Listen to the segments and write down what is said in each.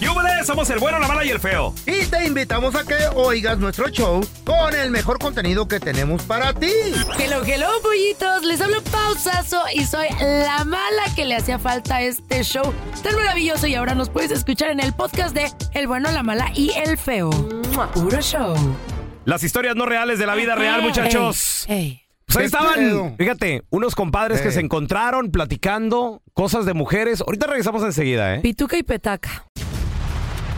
¡Yúbele! Somos el bueno, la mala y el feo. Y te invitamos a que oigas nuestro show con el mejor contenido que tenemos para ti. Hello, hello, pollitos. Les hablo pausazo y soy la mala que le hacía falta a este show tan maravilloso. Y ahora nos puedes escuchar en el podcast de El bueno, la mala y el feo. ¡Mua! Puro show. Las historias no reales de la vida real, muchachos. Ey, Pues ahí Qué pedo. estaban, fíjate, unos compadres Eh. que se encontraron platicando cosas de mujeres. Ahorita regresamos enseguida, ey. ¿eh? Pituca y petaca.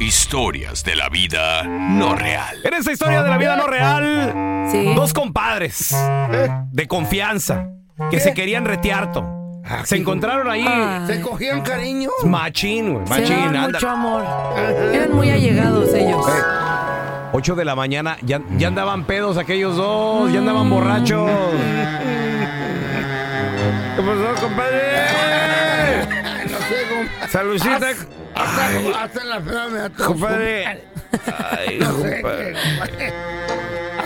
Historias de la Vida No Real. En esa historia de la vida no real, Sí. dos compadres Eh. de confianza que se querían retearto. Se encontraron ahí. Ah, ¿Se cogían cariño? Machín, güey. se Machín, daban ándale. mucho amor. Eran muy allegados ellos. 8 de la mañana, ya, ya andaban pedos aquellos dos, ya Mm. andaban borrachos. Eh. ¿Qué pasó, compadre? Ay, Eh, no sé, com- Salucita, hasta, hasta la fea me atrasó. compadre. Ay, compadre. compadre.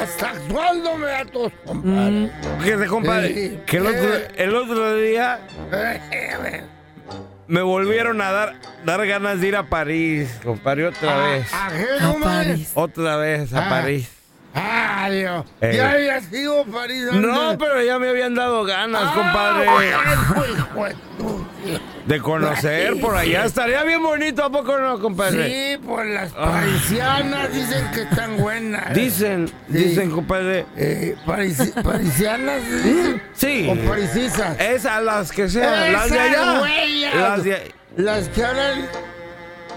Hasta actuando me atos, compadre. Fíjese, compadre, Sí. Eh. que el otro, el otro día Eh, me volvieron a dar, dar ganas de ir a París, compadre, otra Ah, vez. Ajeno, A madre. París. Otra vez a Ah. París. Ay, Dios. Eh. Ya había sido París. No, pero ya me habían dado Ah, ganas, compadre. De conocer por allá estaría bien bonito, ¿a poco no, compadre? Ah. Sí, pues las parisianas dicen que están buenas. Dicen, Sí. dicen, compadre. Eh, parisi- parisianas dicen. Sí. O parisisas. Es a las que sean, las de allá. Esas güeyas. Las de- Las que hablan.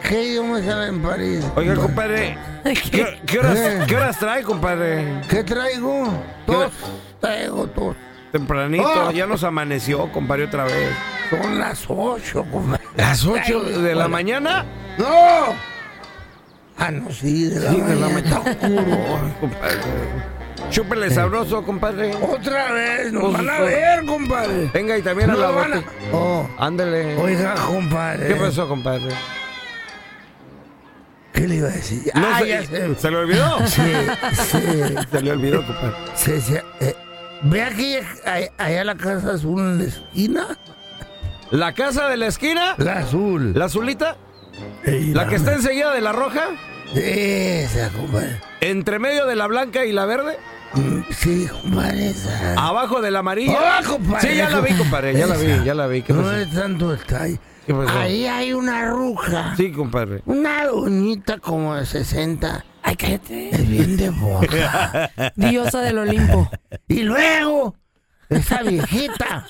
¿Qué idioma se habla en París? Oiga, compadre? compadre, ¿qué, qué horas, qué horas trae, compadre? ¿Qué traigo? Tos. Traigo tos. Tempranito, Ah. ya nos amaneció, compadre, otra vez. Son las ocho, compadre. ¿Las 8 de la mañana? ¡No! Ah, no, sí, de la, mañana. Chúpele sabroso, compadre. Otra vez, nos Pues, van a pues, ver, compadre. Venga, y también a la Nos van botella. a- Oh, Ándale. oiga, compadre. ¿Qué pasó, compadre? ¿Qué le iba a decir? No Ah, sé, eh, ya sé. ¿Se le olvidó? Sí, Se le olvidó, compadre. sí, sí, sí, eh, Ve aquí, ahí- allá la casa azul en la esquina. ¿La casa de la esquina? La azul. ¿La azulita? Ey, ¿La que está enseguida de la roja? Esa, Ah, compadre. ¿Entre medio de la blanca y la verde? Mm, Sí, compadre, esa. ¿Abajo de la amarilla? Ah, compadre, Sí, ya la vi, compadre, ya la vi, esa. ya la vi. ¿Qué no pasó? es tanto detalle. ¿Qué pasó? Ahí hay una ruja. Sí, compadre. Una doñita como de 60. Ay, cállate. Es bien de boca. Diosa del Olimpo. y luego, esa viejita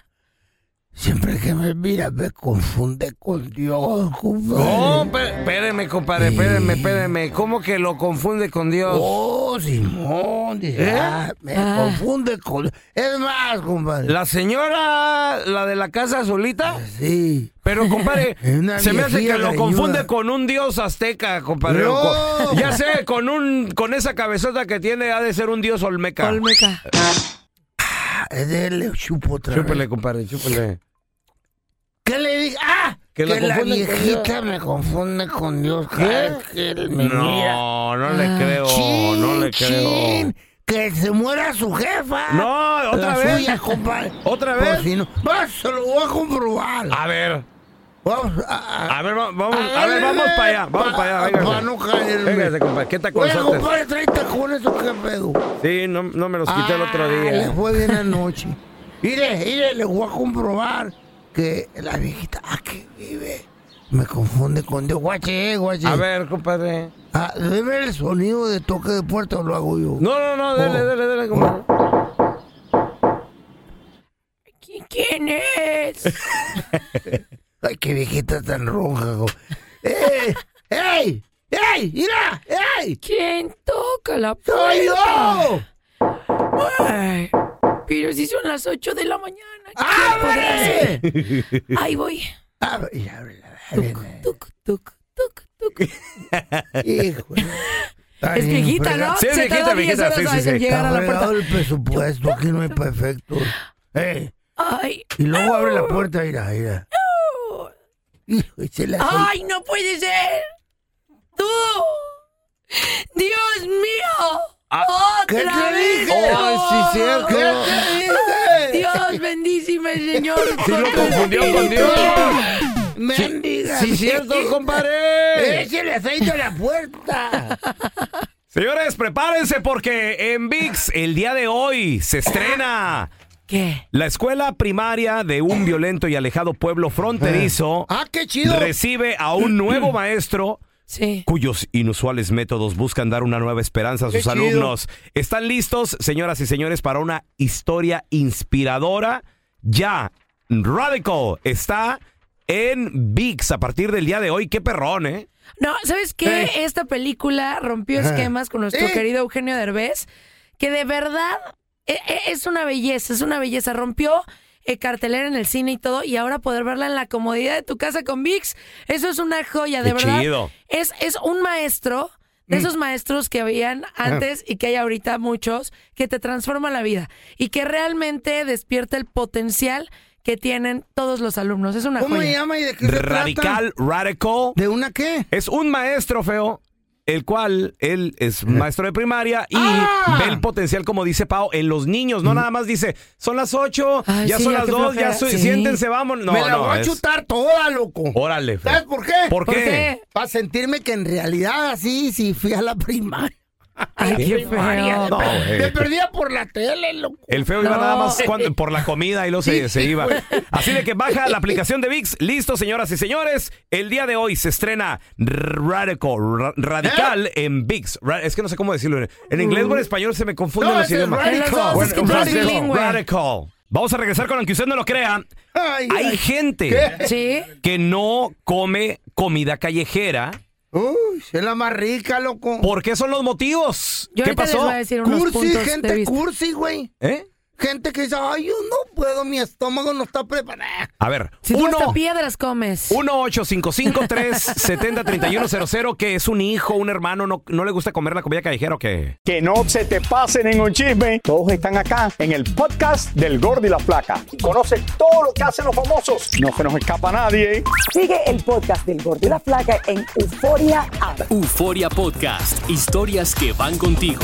Siempre que me mira me confunde con Dios, No, compadre. pe- espéreme, compadre, espéreme, espéreme. ¿Cómo que lo confunde con Dios? Oh, Simón, dice, ¿Eh? ah, me Ah. confunde con... Es más, compadre. ¿La señora, la de la casa azulita? Ah, Sí. Pero, compadre, Es una se me hace viejilla que lo greñuda. confunde con un dios azteca, compadre. No. Co- Ya sé, con un con esa cabezota que tiene ha de ser un dios olmeca. Olmeca. Ah, Dele, chupo otra vez. Chúpele, compadre, chúpele. ¿Qué le dije? ¡Ah! Que Que, la la, confunden con viejita me confunde con Dios. cada vez que me mira. Ah, No, no le creo, no le creo. Chin, Que se muera su jefa. No, otra La vez. suya, compadre. ¿Otra vez? Pues si no- Va, se lo voy a comprobar. A ver, Vamos a... a ver, va- vamos, a ver, vamos para allá, vamos para allá, Para no véngase. caerme. Véngase, compadre, ¿qué Oye, taconzotes? compadre, trae tacones o qué pedo. Sí, no, no me los quité el otro Ah, Le día. fue bien anoche. Mire, mire, le voy a comprobar que la viejita, ah, que vive, me confunde con Dios. Guache, eh, guache. A ver, compadre. Ah, deme el sonido de toque de puerta o lo hago yo. No, no, no, dele, Oh. dele, dele, compadre. ¿Qui- ¿Quién es? Ay, qué viejita tan roja. jo. ¡Ey! ¡Ey! ¡Ey! ¡Mira! ¡Ey! ¿Quién toca la puerta? ¡Soy yo! Ay, pero si son las 8 de la mañana. ¿qué podrá hacer? ¡Abre! Ahí voy. ¡Abre! ¡Abre! ¡Abre! Tuc, tuc, tuc, tuc. ¡Hijo! Es viejita, ¿no? Sí, es Se viejita, tarda 10 viejita, horas sí, sí, en sí. llegar a la puerta. el presupuesto, aquí no hay perfectos. ¡Ey! Ay, Y luego abre la puerta, mira, mira. Hijo, y se la ay, no puede ser. Tú. Dios mío. ¿Qué Otra te vez. dije? el Ay, Ah. Oh, sí, horror. cierto. ¿Qué te dije? Dios bendísime, Señor. Sí con lo tu confundió con espíritu. Dios. ¡Mendiga! Sí, cierto, compadre. ¡Eche el aceite a la puerta! Señores, prepárense porque en VIX el día de hoy se estrena ¿Qué? la escuela primaria de un violento y alejado pueblo fronterizo. ¡Ah, qué chido! Recibe a un nuevo maestro Sí. cuyos inusuales métodos buscan dar una nueva esperanza a sus Qué chido. alumnos. ¿Están listos, señoras y señores, para una historia inspiradora? Ya, Radical está en VIX a partir del día de hoy. ¡Qué perrón, eh! No, ¿sabes qué? Eh. Esta película rompió esquemas con nuestro Sí. querido Eugenio Derbez, que de verdad e- e- es una belleza, es una belleza. Rompió eh, cartelera en el cine y todo, y ahora poder verla en la comodidad de tu casa con VIX, eso es una joya, de Qué verdad. chido. Es, es un maestro. De Mm. esos maestros que habían antes y que hay ahorita muchos, que te transforma la vida y que realmente despierta el potencial que tienen todos los alumnos. Es una ¿Cómo se joya. llama y de qué se trata? Radical, Radical. ¿De una qué? Es un maestro feo, el cual él es maestro de primaria y Ah. ve el potencial, como dice Pau, en los niños. Mm. No nada más dice, son las 8, Ay, ya sí, son ya las qué 2, ya flojera. soy- Sí. siéntense, vamos. No, Me la no. voy a es- chutar toda, loco. Órale, feo. ¿Sabes por qué? ¿Por ¿Por qué? qué? Para sentirme que en realidad así sí fui a la primaria. Ay, qué feo. No, eh, güey. Me perdía por la tele, loco. El feo iba No. nada más cuando- por la comida y luego se, se iba. Así de que baja la aplicación de VIX. Listo, señoras y señores. El día de hoy se estrena Radical, Ra- Radical ¿Eh? en VIX. Ra- es que no sé cómo decirlo. En, en inglés o en español se me confunden Mm. No, los es el idiomas. Radical. En los dos, es que en tú eres francés, bilingüe. Radical. Vamos a regresar con aunque usted no lo crea. Ay, Hay ay. gente Sí. que no come comida callejera. Uy, es la más rica, loco. ¿Por qué son los motivos? Yo ¿Qué ahorita les pasó? voy a decir unos Cursi, puntos de gente vista. cursi, güey. ¿Eh? Gente que dice, ay, yo no puedo, mi estómago no está preparado. A ver, Si tú uno, hasta piedras comes. 1-855-370-3100, que es un hijo, un hermano, no, no le gusta comer la comida callejera o qué. Que no se te pasen en un chisme. Todos están acá en el podcast del Gordi y la Flaca. Y conoce todo lo que hacen los famosos. No se nos escapa nadie. Sigue el podcast del Gordo y la Flaca en Euforia App. Euforia Podcast, historias que van contigo.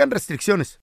restricciones.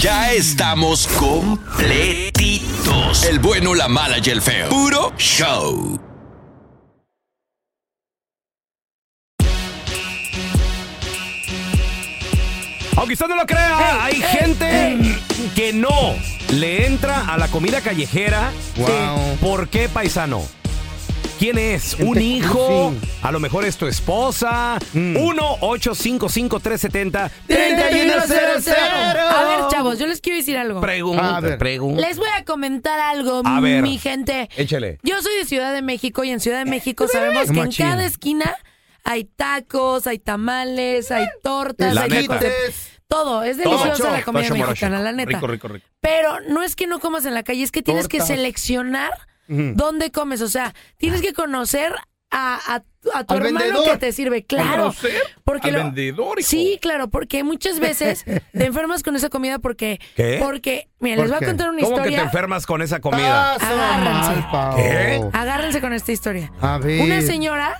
Ya estamos completitos. El bueno, la mala y el feo. Puro show. Aunque usted no lo crea, hay gente que no le entra a la comida callejera. Wow. ¿Por qué, paisano? ¿Quién es? ¿Un hijo? A lo mejor es tu esposa. 1-855-370. 3100. A ver, chavos, yo les quiero decir algo. Pregunta, A ver. pregunta. Les voy a comentar algo, A ver. mi gente. Échale. Yo soy de Ciudad de México y en Ciudad de México sabemos que en Machín. cada esquina hay tacos, hay tamales, hay tortas, La hay tacos de- neta. Todo, es Todo. deliciosa la Tocho, comida tocho, mexicana, morocho. la neta. Rico, rico, rico. Pero no es que no comas en la calle, es que tienes Tortas. que seleccionar Ujú. dónde comes. O sea, tienes que conocer a, a tu- a tu Al hermano vendedor. que te sirve. Claro. conocer Porque al lo- vendedor, hijo. Sí, claro, porque muchas veces te enfermas con esa comida porque. ¿Qué? Porque, mira, les voy a contar una ¿Cómo que te historia. Ah, enfermas con esa comida? Agárrense. ¿Qué? Agárrense con esta historia. A ver. Una señora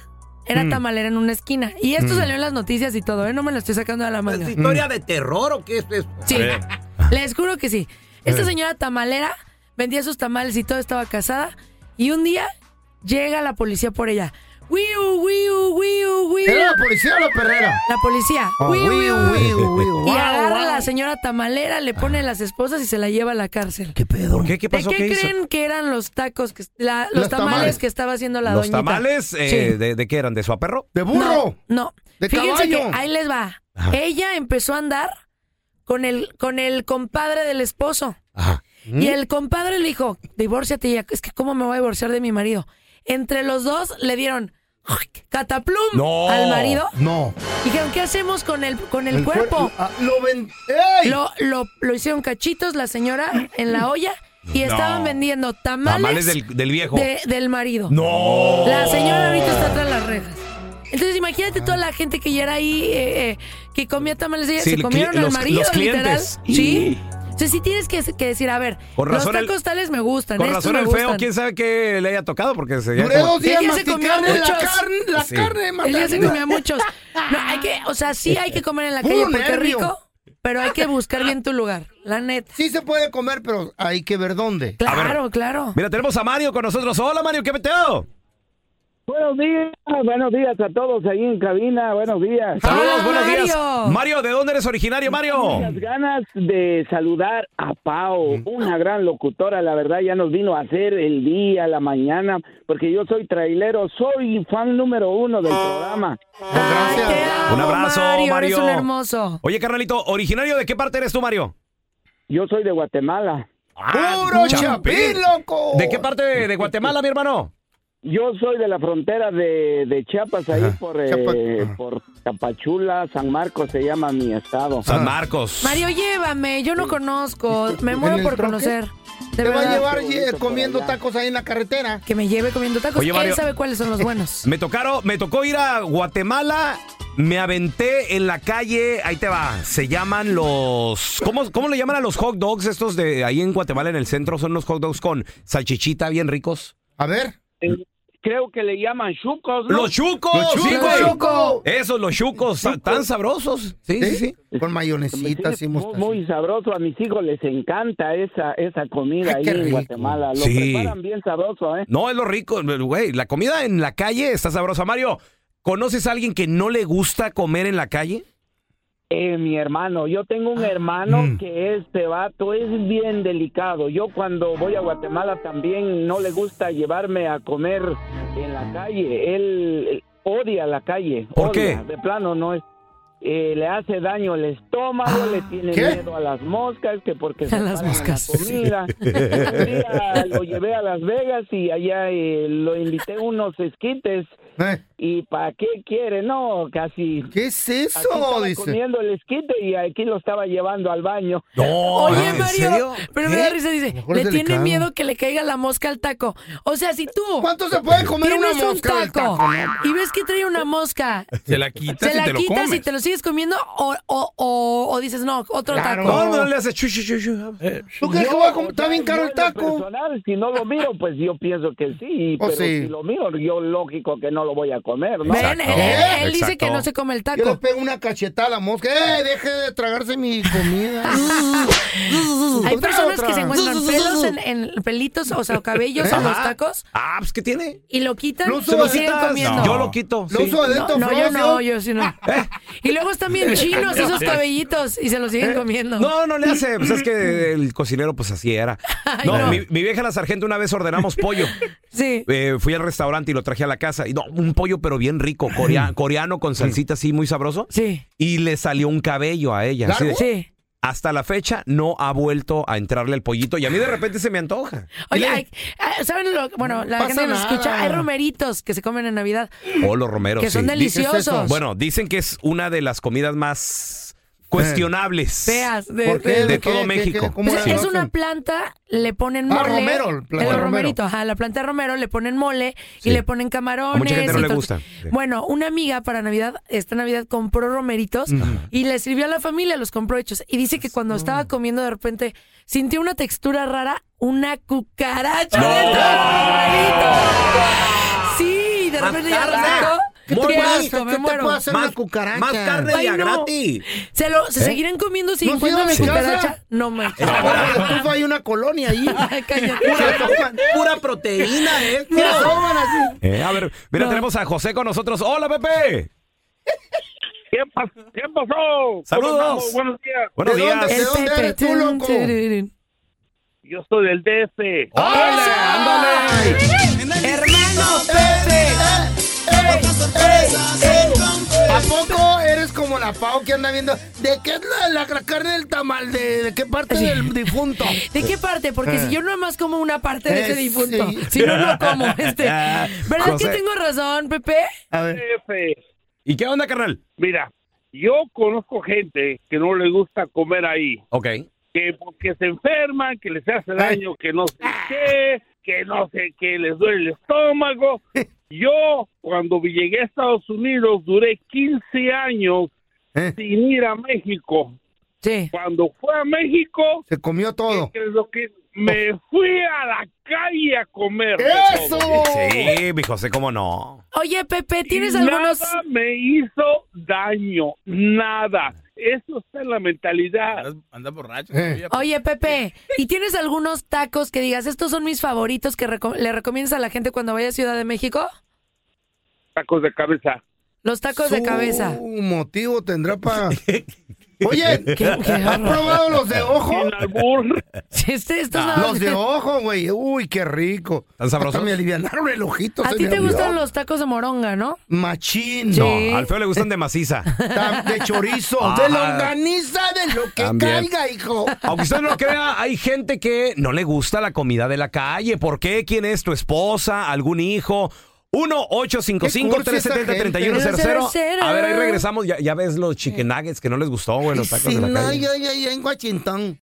era Mm. tamalera en una esquina. Y esto Mm. salió en las noticias y todo, ¿eh? No me lo estoy sacando de la manga. Mm. de terror o qué es esto? Sí. Eh, Les juro que sí. Esta Eh. señora tamalera vendía sus tamales y todo estaba casada. Y un día llega la policía por ella. ¡Wiu, wiu, wiu, wiu! ¿Era la policía o la perrera? La policía. Oh, Wiu, wiu, wiu, wiu, wiu. wiu. Y Guau, agarra guau. a la señora tamalera, le pone las esposas y se la lleva a la cárcel. ¿Qué pedo? ¿Por qué? ¿Qué pasó? ¿De qué, ¿Qué hizo? creen que eran los tacos, que, la- los, Los tamales, tamales. que estaba haciendo la ¿Los doñita? tamales eh, de, de qué eran? ¿De su perro? ¡De burro! No. De Fíjense caballo. que ahí les va. Ella empezó a andar con el, con el compadre del esposo. Y el compadre le dijo, divórciate. Y ella, es que ¿cómo me voy a divorciar de mi marido? Entre los dos le dieron cataplum No. al marido. No. Dijeron, ¿qué hacemos con el, con el, El cuer- cuerpo? Ah, lo ven- ¡Ey! Lo, lo- lo hicieron cachitos la señora en la olla y No. estaban vendiendo tamales, Tamales del, del viejo. de- del marido. No. La señora ahorita Oh. está tras las rejas. Entonces imagínate toda la gente que ya era ahí, eh, eh, que comía tamales de ella, Sí, se el comieron cli- al los- marido, los literal. clientes. Sí. Entonces sí tienes que, que decir, a ver, Con razón los el- tacos tales me gustan, Con estos razón me el feo, gustan. quién sabe qué le haya tocado porque se Duré dos días Ella se comió masticando la muchos. carne, la Sí. carne, Él ya se matando. comía muchos. No, hay que, o sea, sí hay que comer en la Puro calle porque es nervio. rico, pero hay que buscar bien tu lugar, la neta. Sí se puede comer, pero hay que ver dónde. Claro, claro. Mira, tenemos a Mario con nosotros. Hola, Mario, ¿qué meteo? Buenos días, buenos días a todos ahí en cabina, buenos días. Saludos, buenos días. Mario, ¿de dónde eres originario, Mario? Oh, Muchas ganas de saludar a Pau, una gran locutora, la verdad ya nos vino a hacer el día, la mañana, porque yo soy trailero, soy fan número uno del programa. Un abrazo, Mario. Mario, eres un hermoso. Oye, carnalito, ¿originario de qué parte eres tú, Mario? Yo soy de Guatemala. ¡Puro chapín, loco! ¿De qué parte de, de Guatemala, mi hermano? Yo soy de la frontera de, de Chiapas, ahí por, eh, por Tapachula, San Marcos se llama mi estado. San Marcos. Mario, llévame, yo no conozco, me muero el por troque? conocer. De Te va a verdad. llevar eh, comiendo tacos ahí en la carretera. Que me lleve comiendo tacos. Oye, Mario. Él sabe cuáles son los buenos. Me tocaron, me tocó ir a Guatemala. Me aventé en la calle, ahí te va. Se llaman los. ¿Cómo, cómo le llaman a los hot dogs estos de ahí en Guatemala, en el centro? Son los hot dogs con salchichita bien ricos. A ver. Creo que le llaman chucos. ¿no? Eh, ¡Los chucos! Los sí, chucos. güey. Los chucos. Esos, los chucos, sa- tan sabrosos. Sí, sí, sí. Con mayonesita, Sí, muy, muy sabroso, a mis hijos les encanta esa esa comida Ay, ahí qué en rico. Guatemala, lo Sí. preparan bien sabroso, ¿eh? No, es lo rico, güey. La comida en la calle está sabrosa. Mario, ¿conoces a alguien que no le gusta comer en la calle? Eh, mi hermano, yo tengo un hermano Mm. que este vato es bien delicado. Yo cuando voy a Guatemala también no le gusta llevarme a comer en la calle. Él, él odia la calle. ¿Por odia, qué? De plano no es. eh, le hace daño al estómago, Ah, le tiene miedo a las moscas, que porque se las paran en moscas. la comida. Un día lo llevé a Las Vegas y allá eh, lo invité a unos esquites. ¿Y para qué quiere? No, casi. Eh. ¿Qué es eso? Dice. comiendo el esquite y aquí lo estaba llevando al baño. Oye, Mario, pero me da ¿Eh? risa, dice, ¿Eh? Mejor le es tiene delicado. miedo que le caiga la mosca al taco. O sea, si tú... ¿Cuánto se puede comer una mosca del taco, no? Y ves que trae una mosca, Se la quitas se y la te lo quitas comes. y te lo sigues comiendo o, o, o, o dices, no, otro Claro. taco. No, no le haces chu, chu, chu, chu. Eh, ¿Tú crees que voy a comer? Está bien caro el taco. personal, si no lo miro, pues yo pienso que sí. Oh, pero sí. si lo miro, yo lógico que no lo voy a comer. ¿no? Ven, él- él- Él dice que no se come el taco. Yo le pego una cachetada a la mosca. ¡Eh, deje de tragarse mi comida! Hay personas que se encuentran Otra. pelos en, en pelitos, o sea, cabellos en los Ajá. tacos Ah, pues ¿qué tiene? y lo quitan Lo y uso lo de siguen citas. comiendo. No. Yo lo quito, Lo sí. uso ¿Eh? de no, dentro, no, yo Flocio. no, yo sí no. Y luego están bien chinos esos cabellitos y se los siguen Eh, comiendo. No, no le hace. Pues es que el cocinero, pues así era. Ay, No, no. Mi, mi vieja la sargento una vez ordenamos pollo. Sí. Eh, fui al restaurante y lo traje a la casa. Y no, un pollo, pero bien rico, corea- coreano, con salsita así, muy sabroso. Sí. Y le salió un cabello a ella. así de- Sí. Hasta la fecha no ha vuelto a entrarle el pollito. Y a mí de repente se me antoja. Oye, hay- ah, ¿saben lo? Bueno, la Pasa gente nos nada. escucha. Hay romeritos que se comen en Navidad. O "Oh, los romeros. Que son sí. Dicen- deliciosos. Bueno, dicen que es una de las comidas más cuestionables. Feas. De, de, todo México. O sea, Sí. es una planta, le ponen Ah, mole. romero, el planta el romero. romerito, ajá, la planta de romero, le ponen mole Sí. y le ponen camarones. A mucha gente no y le todo- gusta. Bueno, una amiga para Navidad, esta Navidad compró romeritos Ujú. y le sirvió a la familia, los compró hechos. Y dice que cuando estaba comiendo de repente sintió una textura rara, una cucaracha dentro del ¡Ah! romerito. Sí, y de Más repente ya lo carne. sacó. ¿Qué te Qué pasa? asco, ¿Qué me te muero. puede hacer Más- una cucaracha? más carne Ay, ya no. gratis. Se lo se ¿Eh? seguirán comiendo si ¿No has encuentran ido a mi la casa? cucaracha. No me Tú hay una colonia ahí. Pura, pura proteína, ¿eh? Mira, toman así. Eh, a ver, mira, tenemos a José con nosotros. ¡Hola, Pepe! ¿Qué, pasó? ¡Saludos! Buenos días. Buenos ¿De días. dónde- de dónde eres tú, loco? Yo soy del DF. ¡Hermano Pepe! ¿A poco eres como la Pau que anda viendo? ¿De qué es la, la carne del tamal? ¿De, de qué parte del difunto? ¿De qué parte? Porque Eh. si yo nomás como una parte de Eh, ese sí. difunto, si no, no como este. ¿Verdad José. que tengo razón, Pepe? ¿Y qué onda, carnal? Mira, yo conozco gente que no le gusta comer ahí. Ok. Que porque se enferman, que les hace daño, que no sé Ah. qué, que no sé qué, les duele el estómago. Yo, cuando llegué a Estados Unidos, duré 15 años Eh. sin ir a México. Cuando fue a México... Se comió todo. lo que me fui a la calle a comer. ¡Eso! Oh. Sí, mi José, ¿cómo no? Oye, Pepe, ¿tienes Y algunos...? Nada me hizo daño, nada. Eso está en la mentalidad. Anda, Eh. borracho. Oye, Pepe, ¿y tienes algunos tacos que digas, estos son mis favoritos que reco- le recomiendas a la gente cuando vaya a Ciudad de México? Tacos de cabeza. Los tacos de cabeza. Un motivo tendrá para. Oye, Qué- qué ¿has bárbaro. probado los de ojo? Sin Este, estos nada Los más- de ojo, güey. Uy, qué rico. ¿Están sabrosos? me alivianaron el ojito. A se ti me te olvidó. gustan los tacos de moronga, ¿no? Machín. No, al feo le gustan de maciza. De chorizo. Ah. de longaniza, de lo que También. caiga, hijo. Aunque usted no lo crea, hay gente que no le gusta la comida de la calle. ¿Por qué? ¿Quién es tu esposa? ¿Algún hijo? 1-855-370-3100. A ver, ahí regresamos. Ya, ya ves los chicken nuggets que no les gustó, güey, los tacos Sí, de la no, calle. yo, yo, yo en Washington.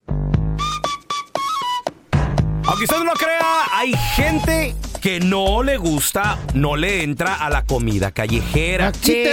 Aunque usted no lo crea, hay gente que no le gusta, no le entra a la comida callejera. Sí.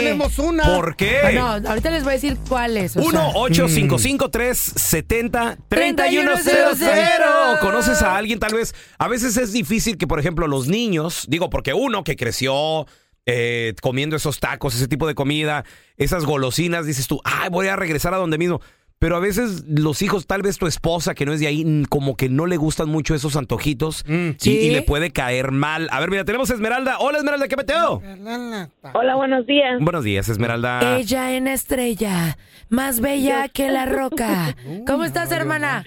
¿Por qué? Ah, No, ahorita les voy a decir cuáles. o sea. 1-855-370-3100. ¿Conoces a alguien? Tal vez. A veces es difícil que, por ejemplo, los niños, digo, porque uno que creció. eh, comiendo esos tacos, ese tipo de comida, esas golosinas, dices tú, ay, voy a regresar a donde mismo. Pero a veces los hijos, tal vez tu esposa que no es de ahí, mm, como que no le gustan mucho esos antojitos y, Sí. y le puede caer mal. A ver, mira, tenemos a Esmeralda. Hola, Esmeralda, ¿qué meteo? Mm. Hola, buenos días. Buenos días, Esmeralda. Ella en estrella, más bella que la roca. ¿Cómo estás, hermana?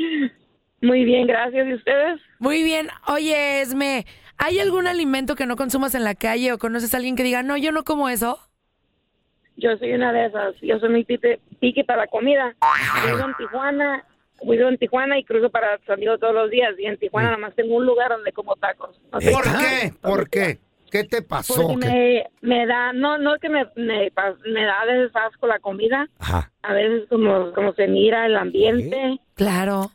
Muy bien, gracias. ¿Y ustedes? Muy bien. Oye, Esme, ¿hay algún alimento que no consumas en la calle o conoces a alguien que diga, no, yo no como eso? Yo soy una de esas. Yo soy mi pique, pique para la comida. Vivo en Tijuana, vivo en Tijuana y cruzo para San Diego todos los días. Y en Tijuana nada más tengo un lugar donde como tacos. No sé ¿Por qué? ¿Por qué? ¿Qué te pasó? Porque me, me da, no, no es que me, me, pas- me da a veces asco la comida, a veces como, como se mira el ambiente. Claro.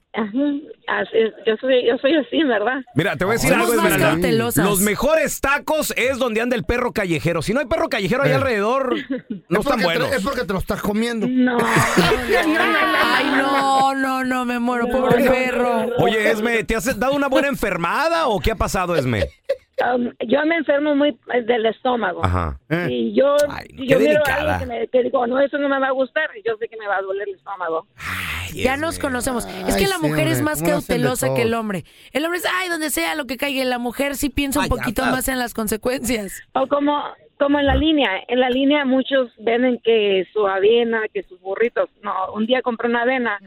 yo, soy, yo soy así, ¿verdad? Mira, te voy a decir Somos algo, más Esmeralda. cautelosas. Los mejores tacos es donde anda el perro callejero. Si no hay perro callejero ahí Eh. alrededor, no es, porque están te- buenos. es porque te lo estás comiendo. No. Ay, no, no, no, me muero, pobre perro. Oye, Esme, ¿te has dado una buena enfermada o qué ha pasado, Esme? Um, yo me enfermo muy eh, del estómago. Ajá. Y yo, si qué yo miro delicada. algo que, me, que digo, no, eso no me va a gustar, yo sé que me va a doler el estómago. Ya nos conocemos. es que Ay, la sí, mujer es hombre, más ¿cómo hacen de cautelosa todo? que el hombre. El hombre es, ay, donde sea lo que caiga. Y La mujer sí piensa un poquito más en las consecuencias. O como, como en la línea, en la línea muchos venden que su avena, que sus burritos, no, un día compré una avena,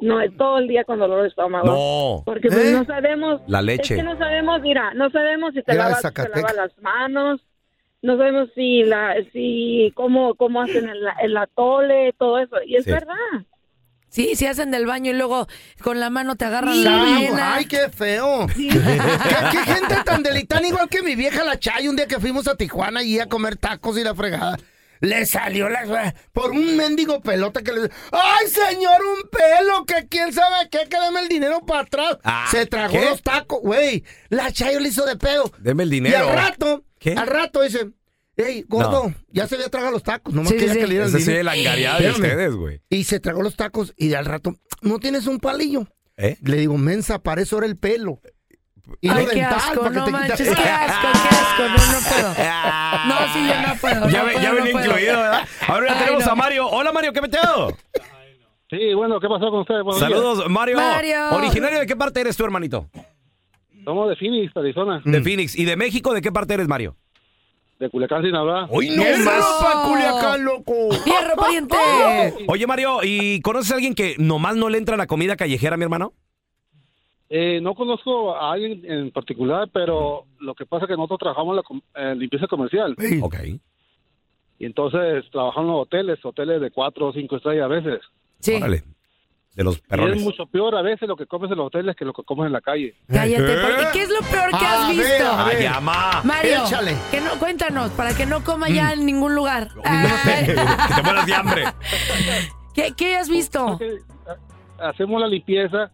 no, es todo el día con dolor de estómago. No. Porque pues, ¿Eh? no sabemos. La leche. Es que no sabemos, mira, no sabemos si te Era de lavas, te lavas Zacatecas. las manos, no sabemos si la, si cómo, cómo hacen el, el atole, todo eso. Y es Sí. verdad. Sí, se hacen del baño y luego con la mano te agarran la Chayo, vena. ¡Ay, qué feo! ¿Qué, qué gente tan delicada, igual que mi vieja la Chay, un día que fuimos a Tijuana y a comer tacos y la fregada. Le salió la... Por un mendigo pelota que le... ¡Ay, señor, un pelo! Que quién sabe qué, que dame el dinero para atrás. Ah, Se tragó ¿qué? los tacos, güey. La Chayo le hizo de pedo. Deme el dinero. Y al rato, ¿Qué? al rato dice... Ey, gordo, No. ya se había tragado los tacos. No me Sí, sí, quería sí. que le dieran Ese sí, dinero. la angareada de Espérame. ustedes, güey. Y se tragó los tacos y al rato, ¿no tienes un palillo? ¿Eh? Le digo, mensa, para eso era el pelo. Y Ay, lo qué dental, asco, para que no te manches, quita- Ah, qué asco, qué asco, no, no puedo. No, sí, yo no puedo. Ya, no ve- puedo, ya no venía puedo. incluido, ¿verdad? Ahora ya Ay, tenemos no. a Mario. Hola, Mario, ¿qué meteo? Sí, bueno, ¿qué pasó con ustedes? Buenos Saludos, días. Mario. Mario. ¿Originario de qué parte eres tú, hermanito? Somos de Phoenix, Arizona. De Phoenix. ¿Y de México de qué parte eres, Mario? De Culiacán, Sinaloa. ¡Hoy no ¡Eso! más! ¡Pa' Culiacán, loco! ¡Fierro, pariente! Oye, Mario, ¿y conoces a alguien que nomás no le entra la comida callejera, mi hermano? Eh, no conozco a alguien en particular, pero lo que pasa es que nosotros trabajamos en la com- en limpieza comercial. Ok. Y entonces trabajamos en los hoteles, hoteles de cuatro o cinco estrellas a veces. Sí. Órale. De los Y es perrones. mucho peor a veces lo que comes en los hoteles que lo que comes en la calle. Cállate, porque ¿qué es lo peor que has visto? a ver. Ay, ama. Mm. Mario, Échale. que no, cuéntanos, para que no coma ya en ningún lugar. Que te mueras de hambre. ¿Qué, qué has visto? Hacemos la limpieza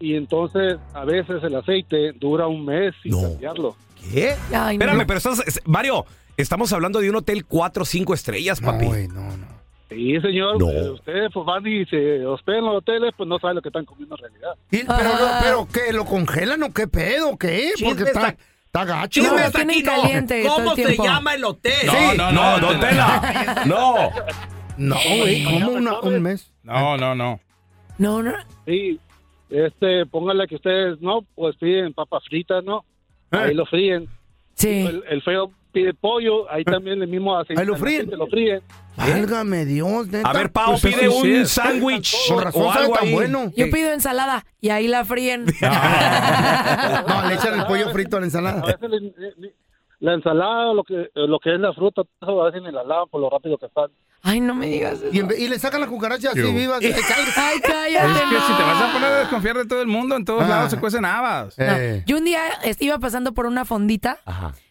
y entonces a veces el aceite dura un mes sin cambiarlo. ¿Qué? ¿Eh? Espérame, pero estás. es- Mario, estamos hablando de un hotel 4 o 5 estrellas, papi. Sí, señor. No. Ustedes pues van y se hospedan en los hoteles, pues no saben lo que están comiendo en realidad. Y- pero, pero ¿qué? ¿Lo congelan o qué pedo? ¿Qué? Porque Chisme está, está- está gacho. Chisme No, está tienen quito. caliente ¿Cómo todo el se tiempo. llama el hotel? No, no, no, no, tela. No. No, güey, ¿cómo una- un mes? No, no, no. No, no. Sí, este, póngale que ustedes, no, pues piden papas fritas, ¿no? Ahí lo fríen. Sí. El, el feo pide pollo, ahí también el mismo aceite. Ahí lo fríen. aceite Lo fríen. Válgame Dios, neta. A ver, Pao, Pues eso pide sí un es. sándwich Con razón o sabe algo tan ahí. bueno. Yo pido ensalada y ahí la fríen. No, le echan el pollo frito a la ensalada. La ensalada, lo que, lo que es la fruta, todo hacen en la lava por lo rápido que están. Ay, no me digas Y, en vez- y le sacan las cucarachas así Yo. vivas. y te salen. Ay, cállate. Es que no. si te vas a poner a desconfiar de todo el mundo, en todos Ah. lados se cuecen habas. No. Eh. Yo un día este, iba pasando por una fondita,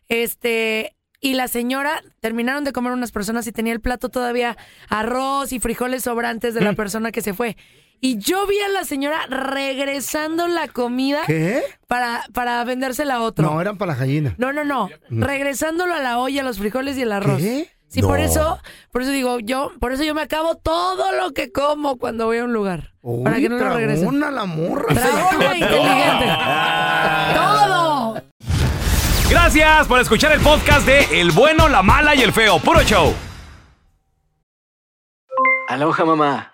este, y la señora terminaron de comer unas personas y tenía el plato todavía arroz y frijoles sobrantes Mm. de la persona que se fue. Y yo vi a la señora regresando la comida ¿Qué? para para vendérsela a otro. No, eran para las gallinas. No, no, no. Regresándolo a la olla, los frijoles y el arroz. Sí, por No. eso, por eso digo, yo, por eso yo me acabo todo lo que como cuando voy a un lugar. Uy, para que no lo tragona regrese. la morra. Tragona inteligente. todo. Gracias por escuchar el podcast de El bueno, la mala y el feo. Puro show. Aloha mamá.